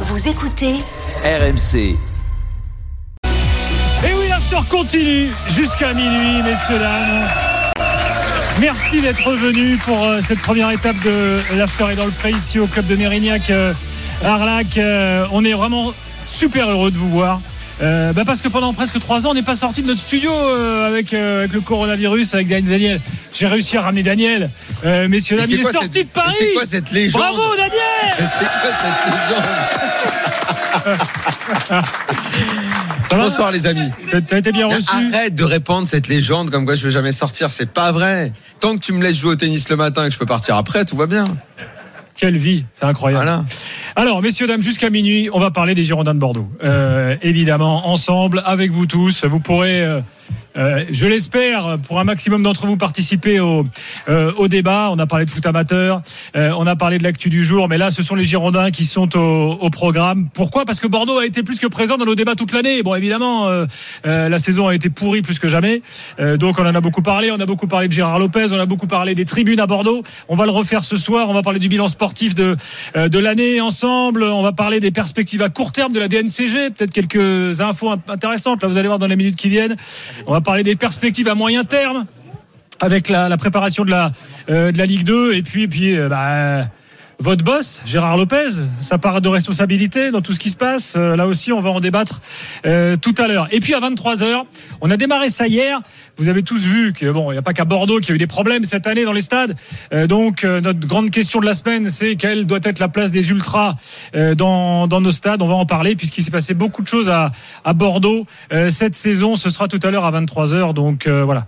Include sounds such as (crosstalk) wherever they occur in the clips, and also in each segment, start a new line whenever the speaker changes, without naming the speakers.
Vous écoutez
RMC.
Et oui, l'after continue jusqu'à minuit, messieurs, dames. Merci d'être venus pour euh, cette première étape de l'after et dans le pré ici au club de Mérignac, euh, Arlac. Euh, on est vraiment super heureux de vous voir. Euh, bah, parce que pendant presque trois ans, on n'est pas sorti de notre studio euh, avec, euh, avec le coronavirus, avec Dan- Daniel. J'ai réussi à ramener Daniel, euh, messieurs,
Mais
dames.
c'est
Il est
quoi
sorti
cette-
de Paris.
mais c'est quoi cette légende
Bravo, Daniel.
(laughs) C'est quoi cette légende
Ça va
Bonsoir les amis.
T'as- T'as été bien reçu.
Arrête de répandre cette légende comme quoi je vais jamais sortir, c'est pas vrai. Tant que tu me laisses jouer au tennis le matin et que je peux partir après, tout va bien.
Quelle vie, c'est incroyable.
Voilà.
Alors, messieurs, dames, jusqu'à minuit, on va parler des Girondins de Bordeaux. Euh, évidemment, ensemble, avec vous tous, vous pourrez, euh, euh, je l'espère, pour un maximum d'entre vous, participer au, euh, au débat. On a parlé de foot amateur, euh, on a parlé de l'actu du jour, mais là, ce sont les Girondins qui sont au, au programme. Pourquoi Parce que Bordeaux a été plus que présent dans nos débats toute l'année. Bon, évidemment, euh, euh, la saison a été pourrie plus que jamais. Euh, donc, on en a beaucoup parlé. On a beaucoup parlé de Gérard Lopez, on a beaucoup parlé des tribunes à Bordeaux. On va le refaire ce soir. On va parler du bilan sportif de, euh, de l'année ensemble. On va parler des perspectives à court terme de la DNCG. Peut-être quelques infos int- intéressantes. Là, vous allez voir dans les minutes qui viennent. On va parler des perspectives à moyen terme avec la, la préparation de la, euh, de la Ligue 2. Et puis, et puis euh, bah, votre boss, Gérard Lopez, sa part de responsabilité dans tout ce qui se passe. Euh, là aussi, on va en débattre euh, tout à l'heure. Et puis à 23h, on a démarré ça hier. Vous avez tous vu que bon, il n'y a pas qu'à Bordeaux qui a eu des problèmes cette année dans les stades. Euh, donc euh, notre grande question de la semaine, c'est quelle doit être la place des ultras euh, dans, dans nos stades. On va en parler puisqu'il s'est passé beaucoup de choses à, à Bordeaux euh, cette saison. Ce sera tout à l'heure à 23h. Donc euh, voilà.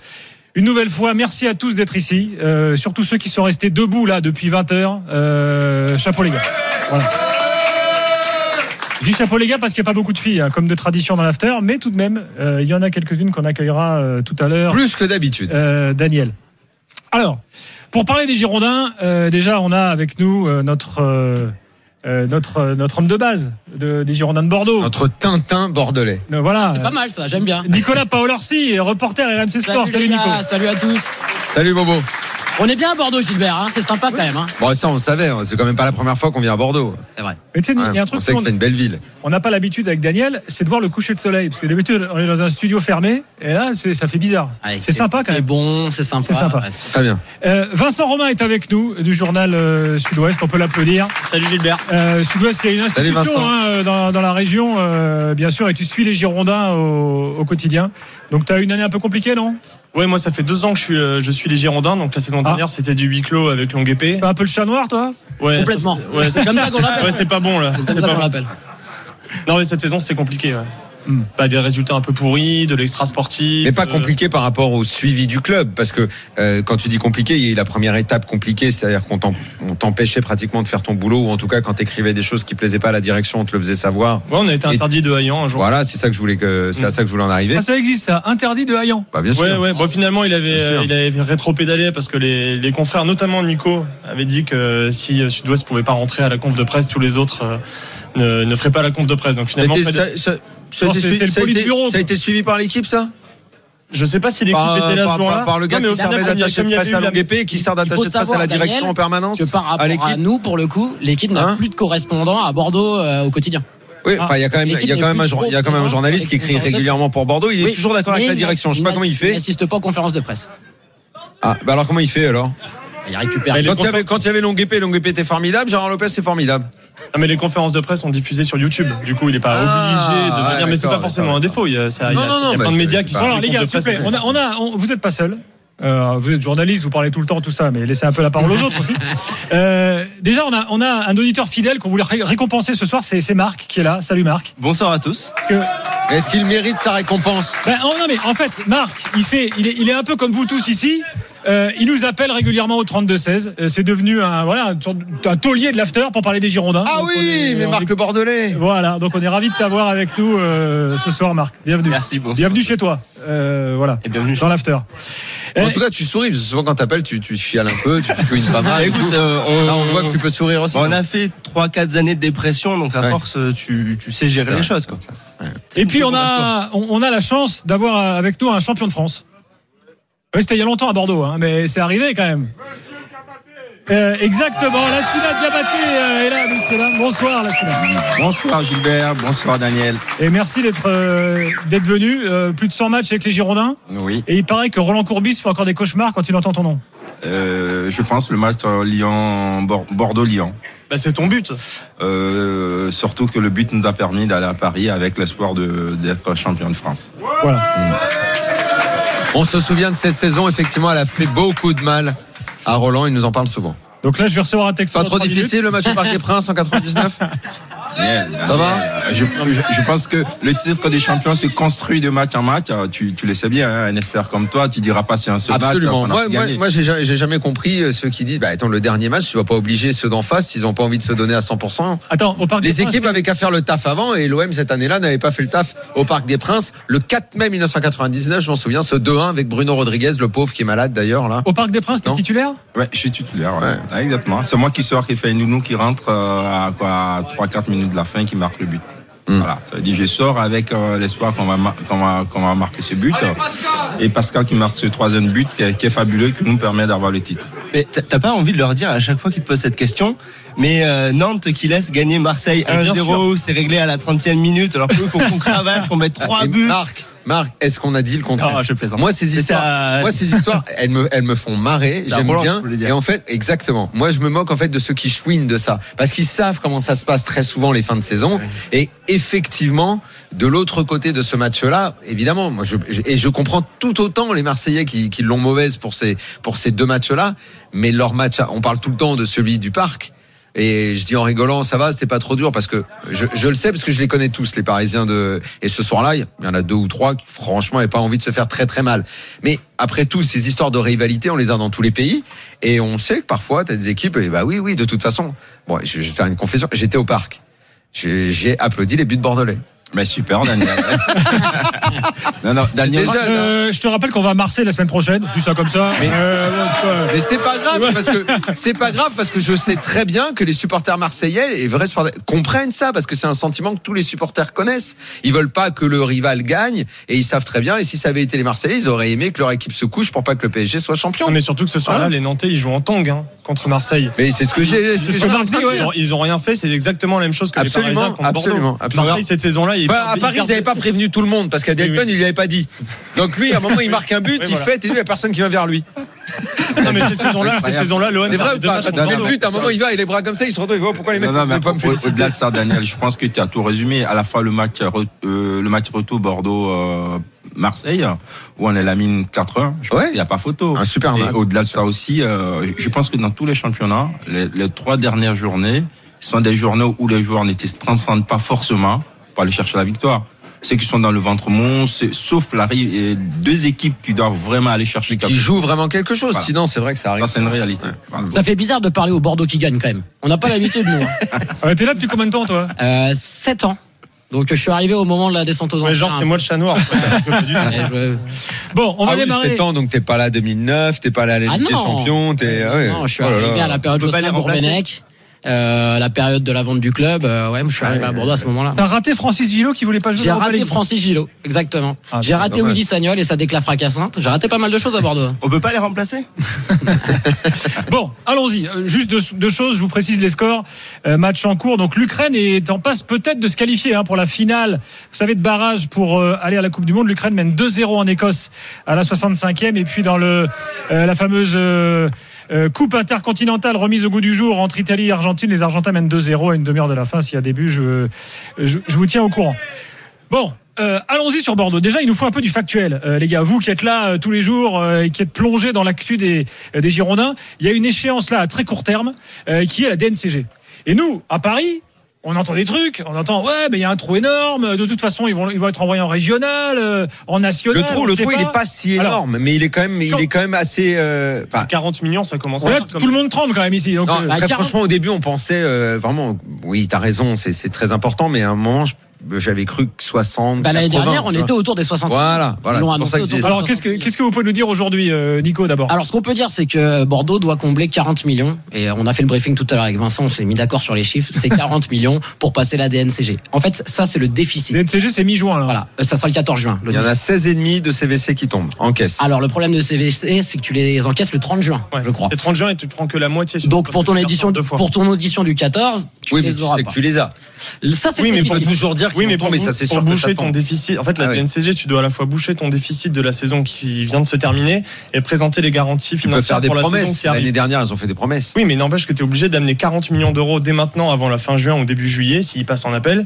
Une nouvelle fois, merci à tous d'être ici, euh, surtout ceux qui sont restés debout là depuis 20 heures. Euh, chapeau les gars. Voilà. Je dis chapeau les gars parce qu'il n'y a pas beaucoup de filles, hein, comme de tradition dans l'after, mais tout de même, euh, il y en a quelques-unes qu'on accueillera euh, tout à l'heure.
Plus que d'habitude.
Euh, Daniel. Alors, pour parler des Girondins, euh, déjà on a avec nous euh, notre euh, euh, notre euh, notre homme de base de- des Girondins de Bordeaux.
Notre Tintin bordelais.
Euh, Voilà.
Ah, C'est pas mal ça, j'aime bien.
Nicolas Paolorsi, reporter RMC Sport. Salut,
les
Nico.
gars, salut à tous.
Salut Bobo.
On est bien à Bordeaux, Gilbert, hein, c'est sympa quand même. hein.
Bon ça on le savait, hein, c'est quand même pas la première fois qu'on vient à Bordeaux.
C'est vrai.
Mais tu sais, il y
Ouais,
a un truc
on sait que
qu'on-
c'est une belle ville.
on n'a pas l'habitude avec Daniel, c'est de voir le coucher de soleil. Parce que d'habitude, on est dans un studio fermé, et là, c'est- ça fait bizarre.
Allez,
c'est sympa quand
C'est
même.
bon, c'est sympa.
C'est sympa.
Ouais.
Très bien.
Euh, Vincent Romain est avec nous du journal euh, Sud-Ouest, on peut l'applaudir.
Salut Gilbert.
Euh, Sud-Ouest qui est une
Salut
institution
Vincent.
hein, euh, dans, dans la région, euh, bien sûr, et tu suis les Girondins au, au quotidien. Donc tu as une année un peu compliquée, non
Ouais, moi ça fait deux ans que je suis, euh, je suis les Girondins. Donc
Ah.
la saison dernière c'était du huis clos avec longue épée.
T'as un peu le chat noir, toi
Ouais,
Complètement.
ça, c'est- ouais,
C'est
c'est-
comme ça qu'on l'appelle.
ouais, c'est pas bon là.
C'est
C'est
comme ça
pas
qu'on
bon.
l'appelle. Hmm.
Non mais cette saison c'était compliqué. Ouais. Bah, des résultats un peu pourris, de l'extra sportif.
Mais pas
euh,
compliqué par rapport au suivi du club, parce que euh, quand tu dis compliqué, il y a eu la première étape compliquée, c'est-à-dire qu'on t'em- on t'empêchait pratiquement de faire ton boulot, ou en tout cas quand t'écrivais des choses qui plaisaient pas à la direction, on te le faisait savoir.
Ouais, on a été
Et-
interdit de Hayan un jour.
Voilà, c'est ça que je voulais que c'est à ça que je voulais en arriver.
Ah, Ça existe, ça. Interdit de haillant.
Bah bien sûr.
Ouais, ouais. Bon, finalement, il avait,
Bien sûr.
euh, il avait rétro-pédalé parce que les, les confrères, notamment Nico, avaient dit que si euh, Sud-Ouest pouvait pas rentrer à la conf de presse, tous les autres euh, ne, ne feraient pas la conf de presse. Donc
Ça a
finalement,
été-
Fred-
ça- ça- ça a
Non,
été
c'est-
suivi-
c'est le
ça a été-
Politburo.
ça a été suivi par l'équipe, ça
je sais pas si l'équipe
par, euh,
était là
par-
ce jour-là.
par- par le gars
Non, mais
qui
au final,
servait
comme il y a-
d'attaché
comme
de
il y
presse
avait
à
eu la-
longue épée, qui sert d'attaché de presse à
savoir,
la
Daniel,
direction en permanence,
Que par
à
rapport à,
l'équipe.
nous, pour le coup, l'équipe n'a
Hein
plus de correspondants à Bordeaux euh, au quotidien.
Oui, enfin, il y a quand même, il y
l'équipe
a quand
n'est
même un,
plus
jour- il y a
trop
quand même un
présente
journaliste
avec
qui écrit
les journalistes.
régulièrement pour Bordeaux. Il est
Oui,
toujours d'accord avec
mais
la
il
direction. Je sais
n'ass-
pas comment il
Il
fait.
n'assiste pas aux conférences de presse.
Ah, bah alors comment il fait alors
Il récupère.
Mais les
Quand il y
confé-
avait, quand il y avait Longue Épée, Longue Épée était formidable. Gérard Lopez, c'est formidable.
Non, Ah, mais les conférences de presse sont diffusées sur YouTube. Du coup, il n'est pas
Ah,
obligé de
ouais,
venir. mais c'est
d'accord,
pas forcément
d'accord,
un défaut. Il y a, ça, il y a-
Non, non,
il y a
non,
plein
mais
de médias
c'est-
qui
c'est
sont.
pas-
Alors les gars,
confs de
super.
presse.
On a- on a- on- vous n'êtes pas seul. Euh, vous êtes journaliste, vous parlez tout le temps, tout ça, mais laissez un peu la parole aux autres aussi. Euh, déjà, on a, on a un auditeur fidèle qu'on voulait ré- récompenser ce soir, c'est c'est Marc qui est là. Salut Marc.
Bonsoir à tous.
Parce que-
Est-ce qu'il mérite sa récompense
ben, oh, non, mais en fait, Marc, il, fait, il, est, il est un peu comme vous tous ici. Euh, il nous appelle régulièrement au 32-16. Euh, C'est devenu un, voilà, un, tour- un taulier de l'after pour parler des Girondins.
Ah
Donc, on
oui,
est-
mais
on
Marc
est-
Le Bordelais.
Voilà, donc on est ravis de t'avoir avec nous euh, ce soir, Marc. Bienvenue.
Merci beaucoup.
Bienvenue chez toi. Euh, voilà.
Et bienvenue.
Dans l'after.
En
Eh,
tout cas, tu souris. Parce que souvent, quand t'appelles, tu, tu chiales un peu, tu chouines pas mal. et
écoute,
tout.
euh, on,
Là, on voit que tu peux sourire aussi.
Bon, on a fait 3-4 années de dépression, donc à
Ouais.
force, euh, tu, tu sais gérer les choses. Quoi.
Et puis on a, on on a la chance d'avoir euh, avec nous un champion de France. Oui, c'était il y a longtemps à Bordeaux, hein, mais c'est arrivé quand même. Euh, exactement, la Sina Diabaté euh, est là, messieurs, dames. Bonsoir, la Sina.
Bonsoir Gilbert, bonsoir Daniel.
Et merci d'être euh, d'être venu. Euh, plus de 100 matchs avec les Girondins.
Oui,
Et il paraît que Roland Courbis fait encore des cauchemars quand il entend ton nom.
euh, je pense le match euh, Lyon Bor- Bordeaux-Lyon.
Bah, c'est ton but.
Euh, surtout que le but nous a permis d'aller à Paris avec l'espoir de- d'être champion de France.
Voilà.
On se souvient de cette saison, effectivement, elle a fait beaucoup de mal à Roland, il nous en parle souvent.
Donc là, je vais recevoir un texte.
Pas trop difficile le match au Parc des Princes en (laughs) 99
Daniel,
Ça va
euh, je, je- je pense que le titre des champions se construit de match en match. Euh, Tu, tu le sais bien, hein, un expert comme toi, tu diras pas c'est un seul
Absolument.
match. euh, qu'on
Moi,
a
moi,
gagné.
moi, j'ai ja- j'ai jamais compris euh, ceux qui disent bah, attends, le dernier match, tu vas pas obliger ceux d'en face s'ils ont pas envie de se donner à 100%.
Attends, au Parc des
Les
Princes,
équipes avaient qu'à faire le taf avant et l'OM cette année-là n'avait pas fait le taf au Parc des Princes. Le 4 mai 1999, je m'en souviens, ce 2-1 avec Bruno Rodriguez, le pauvre qui est malade d'ailleurs là.
Au Parc des Princes, t'es
Non.
titulaire
Ouais, je suis titulaire. ouais.
Ouais.
Ouais, exactement. C'est moi qui sors, qui fait une nounou, qui rentre euh, à quoi 3-4 minutes de la fin, qui marque le but. Voilà, ça veut dire je sors avec euh, l'espoir qu'on va, mar- qu'on va, qu'on va marquer ce but. Et Pascal qui marque ce troisième but qui est, qui est fabuleux, qui nous permet d'avoir le titre.
Mais t'as- t'as pas envie de leur dire à chaque fois qu'ils te posent cette question, mais euh, Nantes qui laisse gagner Marseille
Mais bien
1-0, c'est réglé à la 30e minute, alors qu'il faut qu'on cravache, qu'on mette 3
Et
buts.
Marc, Marc, est-ce qu'on a dit le contraire
Non, je plaisante.
Moi, ces
Mais
histoires,
ça-
moi, ces
(laughs)
histoires, elles me, elles me font marrer.
Ça
J'aime
relance,
bien.
vous voulez dire.
Et en fait, exactement. Moi, je me moque en fait de ceux qui chouinent de ça, parce qu'ils savent comment ça se passe très souvent les fins de saison. Et effectivement, de l'autre côté de ce match-là, évidemment, moi, je, je- et je comprends tout autant les Marseillais qui, qui l'ont mauvaise pour ces, pour ces deux matchs-là. Mais leur match, on parle tout le temps de celui du parc. Et je dis en rigolant, ça va, c'était pas trop dur parce que je, je le sais parce que je les connais tous les Parisiens de et ce soir-là, il y en a deux ou trois qui franchement n'avaient pas envie de se faire très très mal. Mais après tout, ces histoires de rivalité, on les a dans tous les pays et on sait que parfois t'as des équipes et bah oui oui de toute façon. Bon, je je vais faire une confession, j'étais au parc, J'ai- j'ai applaudi les buts de bordelais.
Mais super, Daniel. non, non, Daniel.
Déjà, là.
Euh, Je te rappelle qu'on va à Marseille la semaine prochaine. Je dis ça comme ça. Euh, donc, euh,
Mais c'est pas grave parce que c'est pas grave parce que je sais très bien que les supporters marseillais et vrais supporters comprennent ça parce que c'est un sentiment que tous les supporters connaissent. Ils veulent pas que le rival gagne et ils savent très bien. Et si ça avait été les Marseillais, ils auraient aimé que leur équipe se couche pour pas que le PSG soit champion.
Non, mais surtout que ce soir-là,
Voilà.
les Nantais, ils jouent en tang hein, contre Marseille.
Mais c'est ce que j'ai. c'est ce
C'est
que j'ai
ce que Marc dit,
remarqué.
ouais.
Ils ont, ils ont rien fait, c'est exactement la même chose que
Absolument,
les Parisiens contre
absolument,
Bordeaux.
absolument.
Marseille, cette saison-là, il
Enfin, à Paris, ils n'avaient pas prévenu tout le monde parce qu'à Delton,
oui.
il lui avait pas dit. Donc lui, à un moment, il marque un but,
Oui,
il
voilà.
fête et lui, il n'y a personne qui vient vers lui.
Non, mais cette saison-là, cette saison-là, l'OM
C'est vrai ou
perd deux
pas
matchs
Quand
contre
il met le
Bordeaux.
but, à un moment, il va, il les bras comme ça, il se retrouve, il voit pourquoi les mecs
Non,
ne
non, mais
peuvent pas me
au- au-
féliciter.
au-delà de ça, Daniel, je pense que tu as tout résumé. À la fois le match, re- euh, le match retour Bordeaux-Marseille, où on est la mine 4 heures, je pense
Ouais.
qu'il n'y a pas photo.
Un super
Et
match.
au-delà de ça aussi, euh, je- je pense que dans tous les championnats, les, les trois dernières journées sont des journées où les joueurs ne se transcendent pas forcément pour aller chercher la victoire. Ceux qui sont dans le ventre mou, c'est- sauf la ri- et deux équipes qui doivent vraiment aller chercher
Mais
le
qui
cap.
joue vraiment quelque chose.
Voilà.
Sinon, c'est vrai que ça arrive.
Ça, c'est une réalité. Voilà.
Ça fait bizarre de parler au Bordeaux qui gagne quand même. On n'a pas l'habitude, nous. hein.
euh, T'es là depuis combien de temps, toi
Euh, 7 ans. Donc je suis arrivé au moment de la descente aux
Ouais, genre,
enfers.
c'est moi le chat noir.
Ouais, je-
Bon, on va
ah oui,
démarrer.
7 ans, donc t'es pas là 2009, t'es pas là à la
Ah
Ligue des
non.
Champions, t'es. ah ouais.
Non, je suis
Oh là
arrivé
là.
à la période
On peut pas
Jocelyn
les remplacer.
Bourbenec, euh, la période de la vente du club. euh, ouais, moi, je suis arrivé à Bordeaux à ce moment-là.
T'as raté Francis Gillot qui voulait pas jouer
J'ai
dans le
raté
Palais.
Francis Gillot, exactement.
Ah,
J'ai raté
dommage.
Willy Sagnol et sa décla fracassante. J'ai raté pas mal de choses à Bordeaux. hein.
On peut pas les remplacer
Bon, allons-y. Euh, Juste deux, deux choses, je vous précise les scores. Euh, match en cours. Donc l'Ukraine est en passe peut-être de se qualifier hein, pour la finale. Vous savez, de barrage pour euh, aller à la Coupe du Monde. L'Ukraine mène 2-0 en Écosse à la 65e. Et puis dans le, euh, la fameuse euh, euh, Coupe intercontinentale remise au goût du jour entre Italie et Argentine, les Argentins mènent 2-0 à une demi-heure de la fin. S'il y a début, je, je, je vous tiens au courant. Bon, euh, allons-y sur Bordeaux. Déjà, il nous faut un peu du factuel, euh, les gars. Vous qui êtes là euh, tous les jours euh, et qui êtes plongés dans l'actu des, euh, des Girondins, il y a une échéance là à très court terme euh, qui est la DNCG. Et nous, à Paris, on entend des trucs, on entend ouais, mais il y a un trou énorme. De toute façon, ils vont ils vont être envoyés en régional, euh, en national.
Le trou, le
on sait
trou, il est pas si
Alors,
énorme, mais il est quand même,
quand-
il est quand même assez. euh, enfin,
40 millions, ça commence à
Ouais,
être
tout le monde tremble quand même ici. Donc,
non,
euh,
bah,
très
40.
franchement, au début, on pensait euh, vraiment. Oui, t'as raison, c'est c'est très important, mais à un moment, je- j'avais cru que 60.
Bah, L'année
80,
dernière, on
tu vois.
était autour des 60.
Voilà, voilà,
Ils l'ont
c'est pour ça que je disais
annoncé autour
ça.
de
Alors, qu'est-ce que, qu'est-ce que vous pouvez nous dire aujourd'hui, euh, Nico, d'abord
Alors, ce qu'on peut dire, c'est que Bordeaux doit combler 40 millions. Et euh, on a fait le briefing tout à l'heure avec Vincent, on s'est mis d'accord sur les chiffres. C'est 40 (laughs) millions pour passer la DNCG. En fait, ça, c'est le déficit.
L'NCG, c'est mi-juin, là.
Voilà, Euh, ça sera le 14 juin. le
Il y en a
17.
16,5 de CVC qui tombent en caisse.
Alors, le problème de CVC, c'est que tu les encaisses le 30 juin,
Ouais.
je crois.
C'est 30 juin hein, et tu prends que la moitié. sur-
Donc,
parce
pour
que
ton,
tu perds
édition,
sur deux fois.
pour ton audition du 14, tu
oui, mais
les
tu
auras
sais que
pas.
tu les as.
Ça, c'est
Oui,
le
mais pour
déficit.
toujours dire
Oui, mais pour,
Ah, mais ça
bou-
c'est
pour
sûr que ça
boucher ton
tombe.
déficit. En fait, la
Ah ouais.
DNCG, tu dois à la fois boucher ton déficit de la saison qui vient de se terminer et présenter les garanties
Tu peux faire
financières
des
pour la saison
promesses.
qui arrive.
L'année dernière, ils ont fait des promesses.
Oui, mais n'empêche que tu es obligé d'amener 40 millions d'euros dès maintenant, avant la fin juin ou début juillet, s'il passe en appel.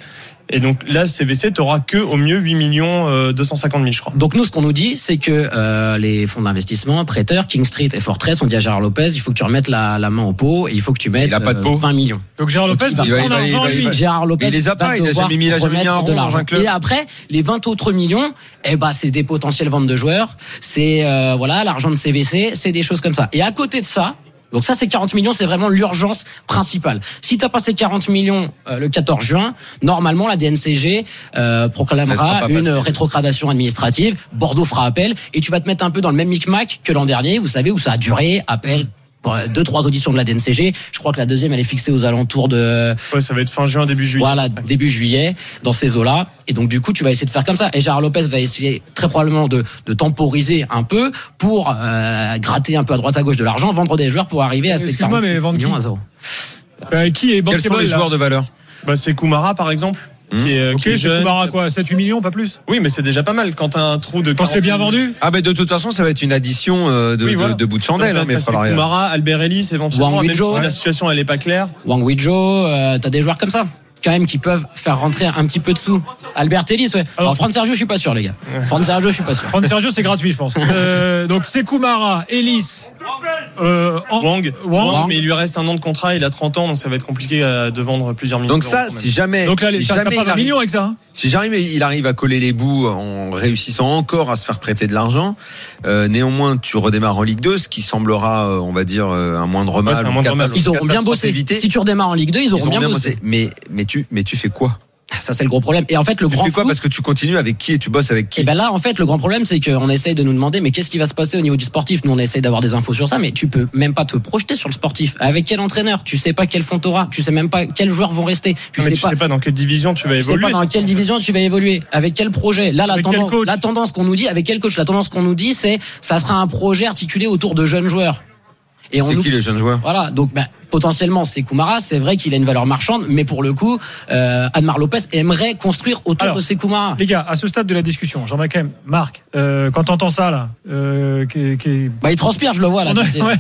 Et donc là, CVC, t'auras que au mieux 8 millions euh, 250 000, je crois.
Donc nous, ce qu'on nous dit, c'est que euh, les fonds d'investissement, prêteurs, King Street et Fortress, on dit à Gérard Lopez, il faut que tu remettes la, la main au pot et il faut que tu mettes
Il a pas de
euh,
pot.
20 millions.
Donc, Gérard Lopez,
Il
pour
va-
il
son
va- il
argent,
va- il
lui.
va-
Gérard Lopez
Mais il les a
va
pas, il a
devoir
jamais mis- il a jamais mis un
remettre de
rond dans un
l'argent.
club.
Et après, les 20 autres millions, eh ben, c'est des potentiels ventes de joueurs, c'est euh, voilà l'argent de CVC, c'est des choses comme ça. Et à côté de ça, donc ça c'est 40 millions, c'est vraiment l'urgence principale. Si tu as passé 40 millions euh, le 14 juin, normalement la DNCG euh,
Laissera
proclamera
pas
une
passer.
rétrogradation administrative, Bordeaux fera appel et tu vas te mettre un peu dans le même micmac que l'an dernier, vous savez où ça a duré, appel bon, deux trois auditions de la DNCG, je crois que la deuxième elle est fixée aux alentours de
Ouais, ça va être fin juin, début juillet.
voilà, début juillet, dans ces eaux-là. Et donc, du coup, tu vas essayer de faire comme ça. Et Gérard Lopez va essayer très probablement de, de temporiser un peu pour euh, gratter un peu à droite à gauche de l'argent, vendre des joueurs pour arriver à ces
Excuse-moi,
40
mais vendre qui
millions à zéro.
Euh, qui est
Quels sont
bankable,
les
là
joueurs de valeur
Bah, c'est Koumara, par exemple,
Hmm.
qui est, euh,
Ok,
qui est
c'est
jeune.
Koumara, quoi 7-8 millions, pas plus
Oui, mais c'est déjà pas mal quand t'as un trou de.
Quand c'est
40
bien vendu
Ah ben de toute façon, ça va être une addition euh, de,
Oui, voilà.
de, de bout de
Donc,
chandelle, hein,
t'as-
mais
t'as
faudra-
Koumara, Albert Ellis, éventuellement,
Wang
même si
Wijau.
la situation elle est pas claire.
Wang Wijo, euh, t'as des joueurs comme ça quand même qui peuvent faire rentrer un petit peu de sous. Albert Ellis, ouais.
Alors,
Alors, Franck Sergio, je suis pas sûr, les gars. Franck Sergio, je suis pas sûr.
Prendre Sergio, c'est gratuit, je
(laughs)
pense. Euh, donc, c'est Koumara, Ellis, euh, An-
Wang,
Wang.
Wang, mais il lui reste un an de contrat, il a 30 ans, donc ça va être compliqué euh, de vendre plusieurs millions.
Donc
d'euros
ça,
quand même.
si jamais,
Donc là, les-
si
t'as t'as
jamais
pas
il
20
arrive,
millions avec ça. hein
si jamais il arrive à coller les bouts en réussissant encore à se faire prêter de l'argent, euh, néanmoins tu redémarres en Ligue 2, ce qui semblera, euh, on va dire, euh, un moindre mal.
Ouais, c'est un
ou
moindre
catastrophe-
mal.
Ils auront bien bossé.
évitée.
Si tu redémarres en Ligue 2, ils
Ils
auront
ont
bien bossé.
Mais mais tu mais tu fais quoi
Ah, Ça, c'est le gros problème. Et en fait, le
Tu
grand
fais quoi
flou-
parce que tu continues avec qui et tu bosses avec qui
Et ben là, en fait, le grand problème, c'est qu'on essaye de nous demander, mais qu'est-ce qui va se passer au niveau du sportif Nous, on essaye d'avoir des infos sur ça, mais tu peux même pas te projeter sur le sportif. Avec quel entraîneur Tu sais pas quel fond t'auras Tu sais même pas quels joueurs vont rester. Tu
mais
sais
tu
pas.
sais pas dans quelle division tu vas
Tu sais
évoluer.
pas dans quelle division tu vas évoluer, avec quel projet. Là, la
Avec quel
tendance,
coach
la tendance qu'on nous dit, avec quel coach, la tendance qu'on nous dit, c'est ça sera un projet articulé autour de jeunes joueurs. Et on
C'est
nous
qui les jeunes joueurs
voilà, donc bah, potentiellement c'est Kumara, c'est vrai qu'il a une valeur marchande, mais pour le coup, euh, Admar Lopez aimerait construire autour
Alors,
de ces
Ah.
Kumara.
Les gars, à ce stade de la discussion, j'aimerais quand même, Marc, euh, quand t'entends ça, là, euh, qui, qui-
Bah, il transpire, je
(laughs)
le vois là.
ton œil-
C'est-
ouais,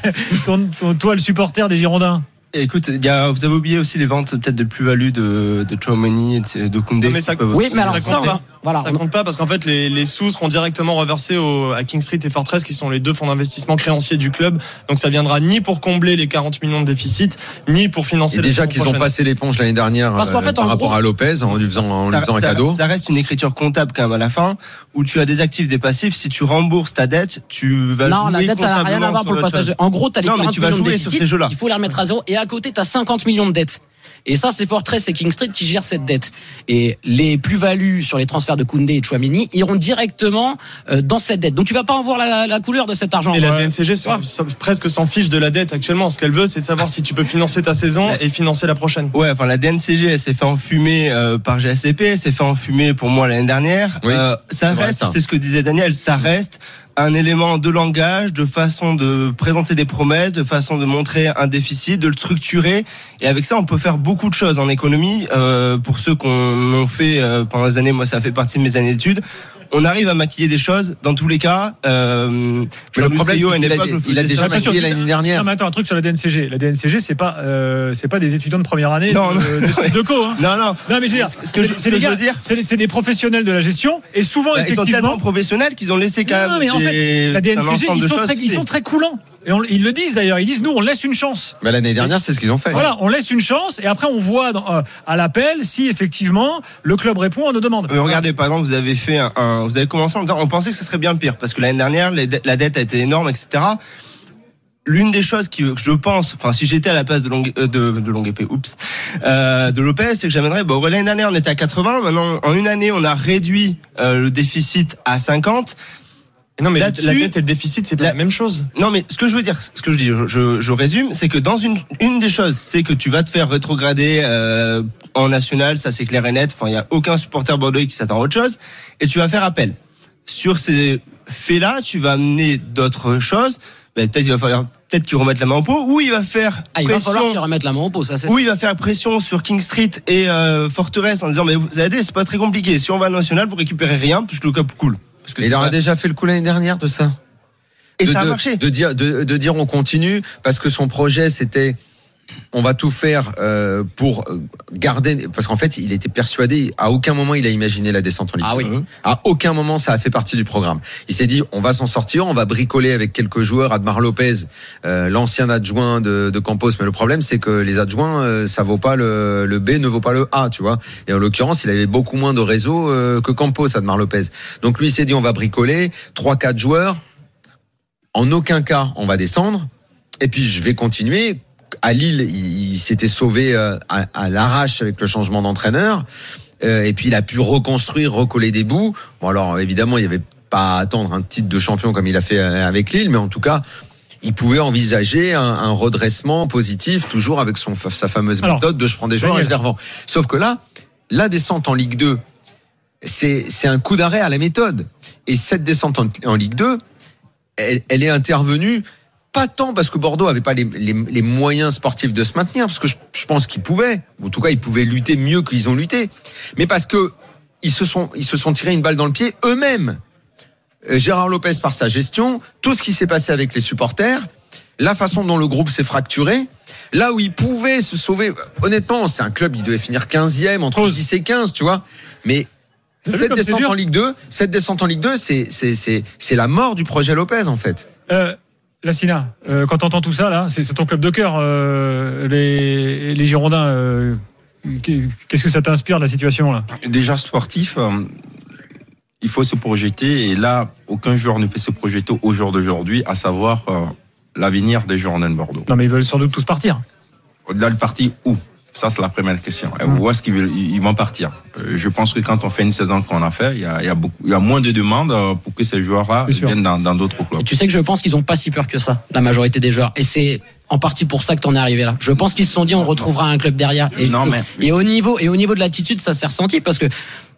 ton- ton- toi, le supporter des Girondins,
Écoute, il y a- vous avez oublié aussi les ventes peut-être de plus-value de, de Chouameni et de, de Koundé.
Non, mais ça-
qui peuvent-
Oui, mais alors
Ça
ça,
compte
on
hein.
pas.
va- voilà,
ça
on-
compte pas parce qu'en fait les, les sous seront directement reversés au, à King Street et Fortress qui sont les deux fonds d'investissement créanciers du club. Donc ça viendra ni pour combler les 40 millions de déficit, ni pour financer
Et
les
déjà
saisons
qu'ils ont
prochaines.
passé l'éponge l'année dernière
Parce qu'en
euh,
fait,
par
en
rapport
gros-
à Lopez en lui faisant, en lui
ça,
faisant un
ça-
cadeau.
ça reste une écriture comptable quand même à la fin, où tu as des actifs, des passifs. Si tu rembourses ta dette, tu vas
Non, la
jouer
dette, ça n'a rien à
comptablement
voir
sur
pour le
l'autre
passage.
chose.
de- En gros, t'as les
Non, mais
40
tu vas
millions de
jouer sur
déficit,
ces jeux-là.
Il faut les remettre à zéro. Et à côté, t'as 50 millions de dettes. Et ça, c'est Fortress et King Street qui gèrent cette dette. Et les plus-values sur les transferts de Koundé et Chouamini iront directement euh, dans cette dette. Donc tu vas pas en voir la, la couleur de cet argent. Euh,
Et la
Ouais.
DNCG s'en- s'en- presque s'en fiche de la dette actuellement. Ce qu'elle veut, c'est savoir si tu peux financer ta saison et financer la prochaine.
Ouais, enfin la DNCG, elle s'est fait enfumer euh, par GACP, elle s'est fait enfumer pour moi l'année dernière.
Oui.
Euh, ça
C'est vrai,
reste,
ça.
c'est ce que disait Daniel, ça reste un élément de langage, de façon de présenter des promesses, de façon de montrer un déficit, de le structurer. Et avec ça, on peut faire beaucoup de choses en économie. Euh, pour ceux qu'on ont fait euh, pendant les années, moi ça fait partie de mes années d'études. On arrive à maquiller des choses dans tous les cas. Euh,
Mais le
Jean-Louis
problème,
Trio, à
c'est
une
qu'il a,
époque, le
il a
faisait
déjà
ça.
pas
maquillé
sûr.
l'année dernière.
Non, mais attends, un truc sur la DNCG. La DNCG, c'est pas, euh, c'est pas des étudiants de première année
Non,
de,
non,
de- de co. hein.
Non, non.
Non, mais je veux dire,
Ce que je-
c'est
ce que
des
je
gars-
veux dire-
c'est des- c'est des professionnels de la gestion et souvent,
Bah, ils sont tellement
effectivement,
professionnels qu'ils ont laissé quand
Non,
même
mais en
des-
fait, la
un
DNCG,
ensemble
ils
de
sont,
choses
très, ils
faites.
sont très coulants. Et on- ils le disent d'ailleurs. Ils disent, nous, on laisse une chance.
Bah, l'année dernière, c'est ce qu'ils ont fait.
Voilà, on laisse une chance et après, on voit dans- euh, à l'appel si effectivement le club répond à nos demandes.
Mais regardez, par exemple, vous avez fait un, un- vous avez commencé en disant, on pensait que ce serait bien pire parce que l'année dernière, les de- la dette a été énorme, etc. L'une des choses qui, que je pense, enfin si j'étais à la place de longue euh, de, de longue épée, oups, euh, de Lopez, c'est que j'amènerais. Bon, l'année dernière on était à 80, maintenant en une année on a réduit euh, le déficit à 50.
Non, mais la
Là-dessus-
dette et le déficit, c'est pas
La-
la même chose.
Non, mais ce que je veux dire, ce que je dis, je, je- je résume, c'est que dans une, une des choses, c'est que tu vas te faire rétrograder euh, en national, ça c'est clair et net. Enfin, il y a aucun supporter bordelais qui s'attend à autre chose, et tu vas faire appel. Sur ces faits-là, tu vas amener d'autres choses. Ben, peut-être il va falloir peut-être qu'ils remettent la main au pot, ou il va faire
Ah, il va
pression.
falloir qu'ils remettent la main au pot, ça c'est.
Oui, il va faire pression sur King Street et euh, Forteresse en disant mais vous avez c'est pas très compliqué. Si on va à national, vous récupérez rien puisque le cap coule. Parce que
Mais
c'est
il en
pas-
a déjà fait le coup l'année dernière de ça.
et
de,
ça a
de-
marché.
de dire, de, de dire on continue parce que son projet c'était on va tout faire euh, pour euh, garder parce qu'en fait il était persuadé à aucun moment il a imaginé la descente en Ligue
Ah oui.
1. à aucun moment ça a fait partie du programme il s'est dit on va s'en sortir on va bricoler avec quelques joueurs Admar Lopez euh, l'ancien adjoint de, de Campos mais le problème c'est que les adjoints euh, ça vaut pas le, le B ne vaut pas le A tu vois et en l'occurrence il avait beaucoup moins de réseau euh, que Campos Admar Lopez donc lui il s'est dit on va bricoler trois quatre joueurs en aucun cas on va descendre. Et puis je vais continuer. À Lille, il, il s'était sauvé euh, à, à l'arrache avec le changement d'entraîneur. Euh, et puis il a pu reconstruire, recoller des bouts. Bon alors évidemment, il n'y avait pas à attendre un titre de champion comme il a fait euh, avec Lille, mais en tout cas, il pouvait envisager un, un redressement positif, toujours avec son, fa- sa fameuse
Alors,
méthode de je prends des joueurs et je les revends. Sauf que là, la descente en Ligue 2, c'est c'est un coup d'arrêt à la méthode. Et cette descente en, en Ligue 2, elle, elle est intervenue pas tant parce que Bordeaux avait pas les, les- les moyens sportifs de se maintenir, parce que je, je pense qu'ils pouvaient, ou en tout cas ils pouvaient lutter mieux qu'ils ont lutté, mais parce que ils se sont ils se sont tirés une balle dans le pied eux-mêmes. Euh, Gérard Lopez par sa gestion, tout ce qui s'est passé avec les supporters, la façon dont le groupe s'est fracturé, là où il pouvait se sauver. Honnêtement, c'est un club, il devait finir 15e, entre
Pause.
10 et 15, tu vois. Mais
vu
cette
comme c'est
descente,
dur
en Ligue 2, cette descente en Ligue 2, c'est, c'est, c'est, c'est la mort du projet Lopez, en fait.
Euh, Lassina, euh, quand t'entends tout ça, là, c'est c'est ton club de cœur, euh, les, les Girondins. euh, Qu'est-ce que ça t'inspire de la situation là
Déjà sportif, euh, il faut se projeter. Et là, aucun joueur ne peut se projeter au jour d'aujourd'hui, à savoir euh, l'avenir des Girondins de Bordeaux.
Non mais ils veulent sans doute tous partir.
Au-delà de parti, où Ça, c'est la première question. Et Où est-ce qu'ils veulent- ils vont partir Euh, Je pense que quand on fait une saison qu'on a fait, il y a, il y a beaucoup, il y a moins de demandes euh, pour que ces joueurs-là
C'est sûr.
viennent dans dans d'autres clubs.
Tu sais que je pense qu'ils ont pas si peur que ça, la majorité des joueurs. Et c'est en partie pour ça que t'en es arrivé là. Je pense qu'ils se sont dit on retrouvera un club derrière. Et,
Non, mais-
et, au niveau et au niveau de l'attitude, ça s'est ressenti parce que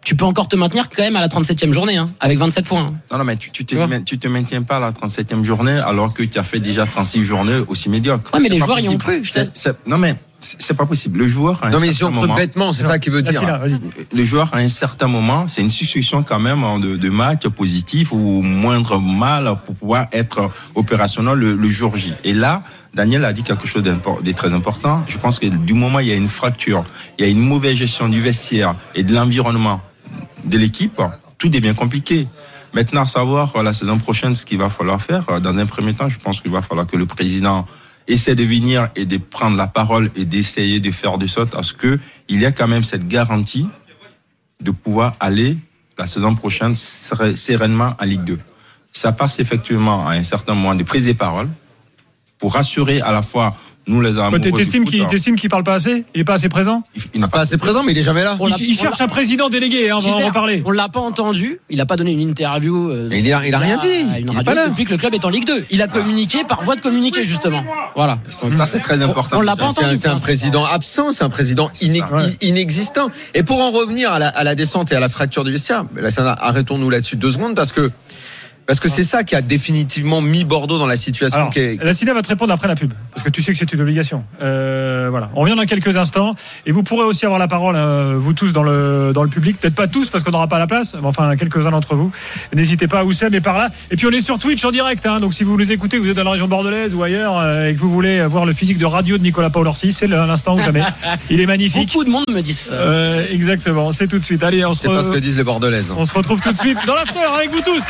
tu peux encore te maintenir quand même à la 37e journée, hein, avec 27 points. hein.
Non, non, mais tu, tu, te,
Tu vois
main- tu te maintiens pas à la 37e journée alors que tu as fait déjà 36 journées aussi médiocres.
Ouais, mais
C'est
les
pas
joueurs y ont
possible.
cru, je sais.
C'est- c'est- Non, mais c'est c'est pas possible. Le joueur, à un
Non, mais ils
certain
ont pris
moment,
bêtement, c'est ça qu'il veut dire.
Lassina, vas-y.
le joueur à un certain moment, c'est une succession quand même hein, de, de matchs positifs ou moindre mal pour pouvoir être opérationnel le, le jour J. Et là, Daniel a dit quelque chose d'impor- de très important. Je pense que du moment où il y a une fracture, il y a une mauvaise gestion du vestiaire et de l'environnement de l'équipe, tout devient compliqué. Maintenant, à savoir euh, la saison prochaine ce qu'il va falloir faire. euh, Dans un premier temps, je pense qu'il va falloir que le président essaie de venir et de prendre la parole et d'essayer de faire de sorte à ce que il y a quand même cette garantie de pouvoir aller la saison prochaine seré- sereinement en Ligue 2. Ça passe effectivement à un certain moment de prise de parole pour rassurer à la fois nous les amoureux du
T'estimes
foot,
qu'il
hein,
t'estimes qu'il parle pas assez Il est pas assez présent
il- il n'a
Pas assez présent, mais il est jamais là.
On l'a-
Il, il
on
cherche
l'a-
un président délégué, hein, on va en
Ah, Gilbert,
reparler.
On l'a pas entendu. Il a pas donné une interview. euh,
Mais il a- il a rien dit.
à
Il
Une
est
radio
pas là.
depuis que le club est en Ligue 2. Il a communiqué par voie de communiqué justement. Voilà.
Ça, c'est très important.
on l'a pas
C'est un,
entendu,
c'est un
pour
président absent, c'est un président iné-
ça. Ouais.
inexistant. Et pour en revenir à la, à la descente et à la fracture du vestiaire, là, ça, arrêtons-nous là-dessus deux secondes parce que parce que c'est ça qui a définitivement mis Bordeaux dans la situation
Alors,
qui est-
la Sina va te répondre après la pub, parce que tu sais que c'est une obligation. Euh, voilà. On revient dans quelques instants, et vous pourrez aussi avoir la parole, euh, vous tous dans le, dans le public, peut-être pas tous, parce qu'on n'aura pas la place, mais enfin quelques-uns d'entre vous. N'hésitez pas, Oussem est par là. Et puis on est sur Twitch en direct, hein, donc si vous nous écoutez, que vous êtes dans la région bordelaise ou ailleurs, euh, et que vous voulez voir le physique de radio de Nicolas Paolorsi, c'est le- l'instant ou jamais. Il est magnifique.
Beaucoup de monde me disent. ça.
Euh, exactement, c'est tout de suite. Allez, on se,
C'est pas ce que disent les Bordelaises. hein.
on se retrouve tout de suite dans l'after avec vous tous.